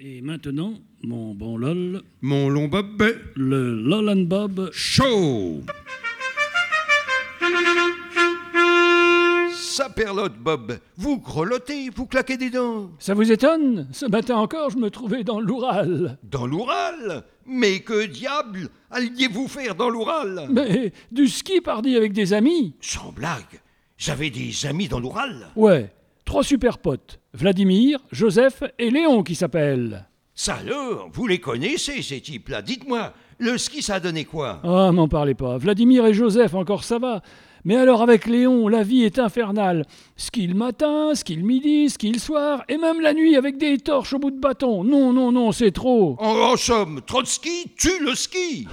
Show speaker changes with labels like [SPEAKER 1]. [SPEAKER 1] Et maintenant, mon bon LOL,
[SPEAKER 2] Mon long bob
[SPEAKER 1] le LOL and Bob.
[SPEAKER 2] chaud.
[SPEAKER 3] Saperlotte, Bob, vous grelottez, vous claquez des dents.
[SPEAKER 1] Ça vous étonne Ce matin encore, je me trouvais dans l'Oural.
[SPEAKER 3] Dans l'Oural Mais que diable alliez-vous faire dans l'Oural
[SPEAKER 1] Mais du ski, pardi, avec des amis
[SPEAKER 3] Sans blague, j'avais des amis dans l'Oural.
[SPEAKER 1] Ouais, trois super potes. Vladimir, Joseph et Léon qui s'appellent.
[SPEAKER 3] Ça alors, vous les connaissez ces types-là Dites-moi, le ski ça a donné quoi
[SPEAKER 1] Ah, m'en parlez pas. Vladimir et Joseph, encore ça va. Mais alors avec Léon, la vie est infernale. Ski le matin, ski le midi, ski le soir, et même la nuit avec des torches au bout de bâton. Non, non, non, c'est trop.
[SPEAKER 3] en, en somme, trop de ski tue le ski